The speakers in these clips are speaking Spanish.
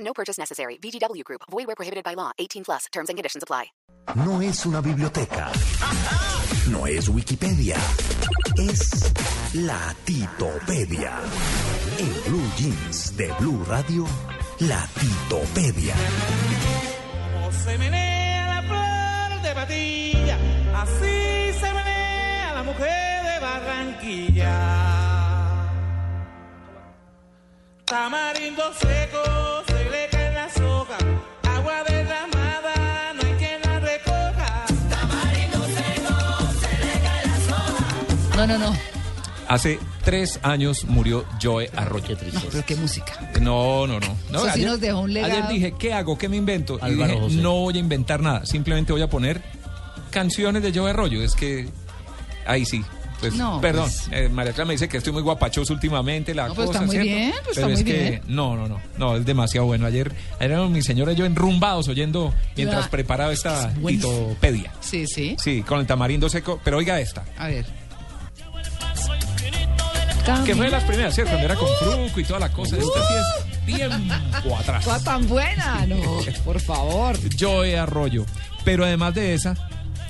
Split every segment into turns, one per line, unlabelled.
No purchase necessary. VGW Group. Void where prohibited by law. 18 plus. Terms and conditions apply.
No es una biblioteca. No es Wikipedia. Es la Titopedia. En Blue Jeans de Blue Radio, la Titopedia.
Como se menea la flor de patilla, así se menea la mujer de Barranquilla. Tamarindo seco, se le caen las hojas, agua derramada, no hay quien la recoja.
No, no, no.
Hace tres años murió Joe Arroyo.
No, pero qué música.
No, no, no. No,
Eso sí nos dejó un legado.
Ayer dije, ¿qué hago? ¿Qué me invento? Y dije, no voy a inventar nada. Simplemente voy a poner canciones de Joe Arroyo. Es que ahí sí. Pues,
No,
perdón,
pues-
eh, María Clara me dice que estoy muy guapachoso últimamente. La
No, pero
cosa,
está muy
¿cierto?
bien, pues
Pero
está
es
muy
que
bien.
no, no, no, no, es demasiado bueno. Ayer, ayer eran mi señora y yo enrumbados oyendo mientras
Ah,
preparaba esta
es buenísimo.
titopedia.
Sí, sí.
Sí, con el tamarindo seco. Pero oiga esta.
A ver.
Que fue de las
Camina-
primeras, ¿cierto? Cuando era con Fruco y toda la cosa. Esta sí es tiempo atrás.
Cosa tan buena, no, por favor.
Joe Arroyo. Pero además de esa,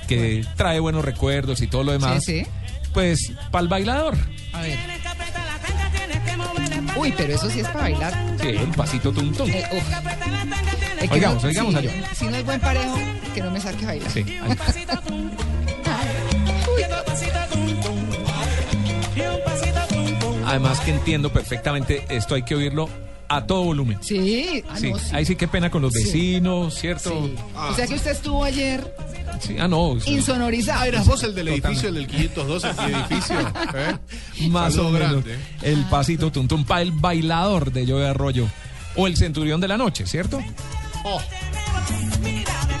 que trae buenos recuerdos y todo lo demás,
Sí, sí.
pues para el bailador.
A ver.
Tienes que apretar la tanga, tienes que mover la espalda.
Uy, pero eso sí es para bailar.
Sí, el pasito tum tum.
Eh, uf.
Apretar la tanga, tienes
El que
Oigamos,
no-
oigamos
si-
a Joe.
Si no es buen parejo, que no me saque a bailar.
Sí,
Y
ahí.
un pasito tum tum. Y otro pasito tum tum. Y un pasito tum tum.
Además que entiendo perfectamente, esto hay que oírlo a todo volumen.
Sí, ah,
Sí,
no, sí.
ahí sí que pena con los
Sí.
vecinos, ¿cierto?
Sí. O sea que usted estuvo ayer
Sí, Ah, no. sí.
insonorizado.
vos Ah, el del edificio, el del 502, el edificio? ¿eh?
Más o
Saludo
menos.
grande.
El pasito tum tum para el bailador de Joe Arroyo. O el centurión de la noche, ¿cierto?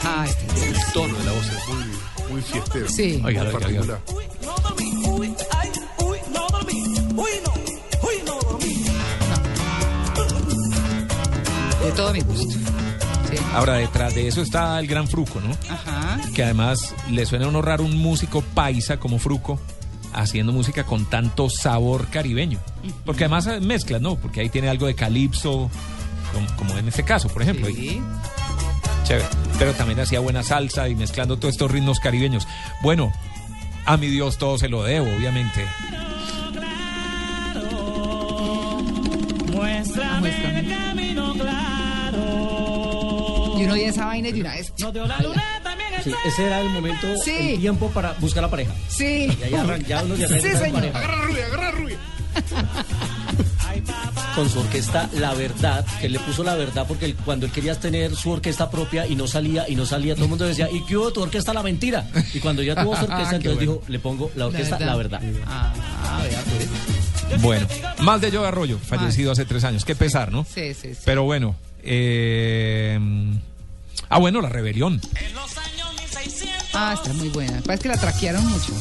Ay,
El tono de la voz es muy, muy fiestero.
Sí.
Muy
Oiga, oiga, oiga.
particular.
Uy, no dormí. Uy, ay, uy, no dormí. Uy, no. Uy, no dormí.
de todo mi gusto. Sí.
Ahora, detrás de eso está el gran Fruco, ¿no?
Ajá.
que además le suena a uno raro un músico paisa como Fruco haciendo música con tanto sabor caribeño. Porque además eh, mezcla, ¿no? Porque ahí tiene algo de calipso, com- como, en este caso, por ejemplo.
Sí.
Y chévere. Pero también hacía buena salsa y mezclando todos estos ritmos caribeños. Bueno, a mi Dios todo se lo debo, obviamente.
Pues,
Muéstrame el camino claro.
Y uno oye esa vaina y de una vez.
No dio la luna también el
Sí, ese era el momento,
Sí.
el tiempo para buscar la pareja.
Sí.
Ya, ya, arran- ya uno se
Sí,
arranca la
señor.
pareja.
Agarra Rubia, agarra Rubia.
Con su orquesta La Verdad, que le puso La Verdad porque él- cuando él quería tener su orquesta propia y no salía, y no salía, todo el mundo decía, ¿y qué hubo tu orquesta La Mentira? Y cuando ya tuvo su orquesta,
Ah, Qué
entonces
bueno.
dijo, le pongo la orquesta La Verdad.
Ah, vea, pues.
Bueno, más de Joe Arroyo, fallecido hace tres años. Qué pesar, ¿no?
Sí, sí, sí.
Pero bueno, eh, Ah, bueno, la rebelión.
En los años 1600,
Ah, está muy buena. Parece que la traquearon mucho,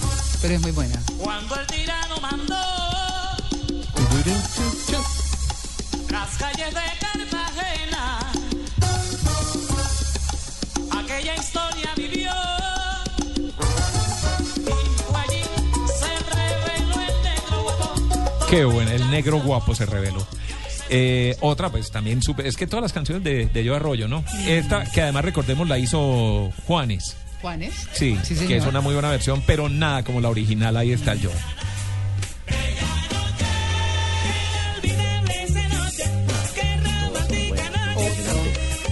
pero es muy buena.
cuando el tirano mandó las calles de Cartagena, aquella historia vivió. Y allí se reveló el negro guapón.
Qué bueno, el negro guapo se reveló. Eh, otra, pues también supe. Es que todas las canciones de, de Yo Arroyo, ¿no? Esta, que además recordemos la hizo Juanes.
¿Juanes?
Sí,
señor.
que es una muy buena versión, pero nada como la original. Ahí está el Yo.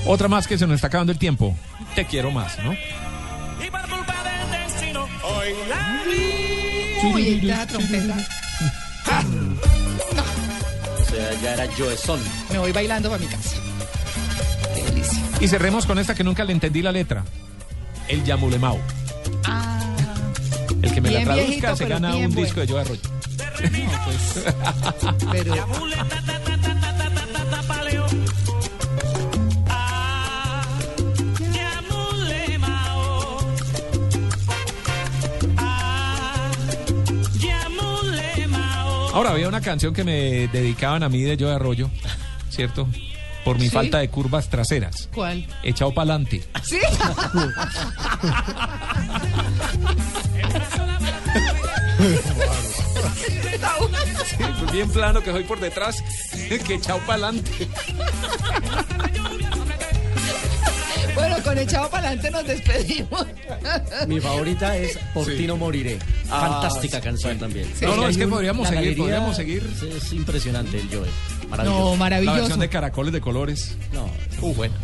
Otra más que se nos está acabando el tiempo. Te quiero más, ¿no?
Y por culpa del destino, hoy la vi.
Uy, ahí está la trompeta.
O sea, ya era Joe Son.
Me voy bailando para mi casa. Qué delicia.
Y cerremos con esta que nunca le entendí la letra. El Yamulemao.
Ah,
El que me
Bien
la traduzca
viejito,
se
pero
gana
bien
un
bueno.
disco de Yo Arroyo.
no, pues. Pero.
Mule, ta, ta, ta, ta, ta, ta, ta, paleo. Ah,
Ahora, había una canción que me dedicaban a mí de Joe Arroyo, ¿cierto? Por mi
Sí.
falta de curvas traseras.
¿Cuál?
Echado pa'lante.
¿Sí?
Pues bien plano que soy por detrás, que echado pa'lante.
Bueno, con echado para adelante nos despedimos.
Mi favorita es Por ti no moriré.
Ah,
Fantástica canción también.
No, no,
Hay
es que
un-
podríamos
la
seguir,
galería
podríamos seguir.
Es, es impresionante el Joe.
No,
Maravilloso.
La
maravilloso.
versión de caracoles de colores.
No,
Uh, bueno.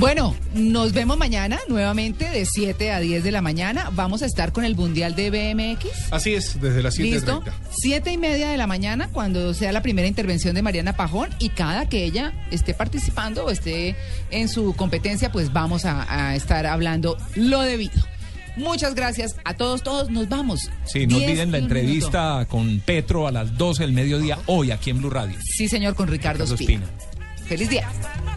Bueno, nos vemos mañana nuevamente de 7 a 10 de la mañana. Vamos a estar con el Mundial de BMX.
Así es, desde las 7.30.
¿Listo? Siete y media de la mañana, cuando sea la primera intervención de Mariana Pajón, y cada que ella esté participando o esté en su competencia, pues vamos a, a estar hablando lo debido. Muchas gracias a todos, todos nos vamos.
Sí, no
Diez
olviden la
y un minuto.
entrevista con Petro a las 12 del mediodía hoy aquí en Blue Radio.
Sí, señor, con Ricardo,
Carlos
Espina. Feliz día.
Hasta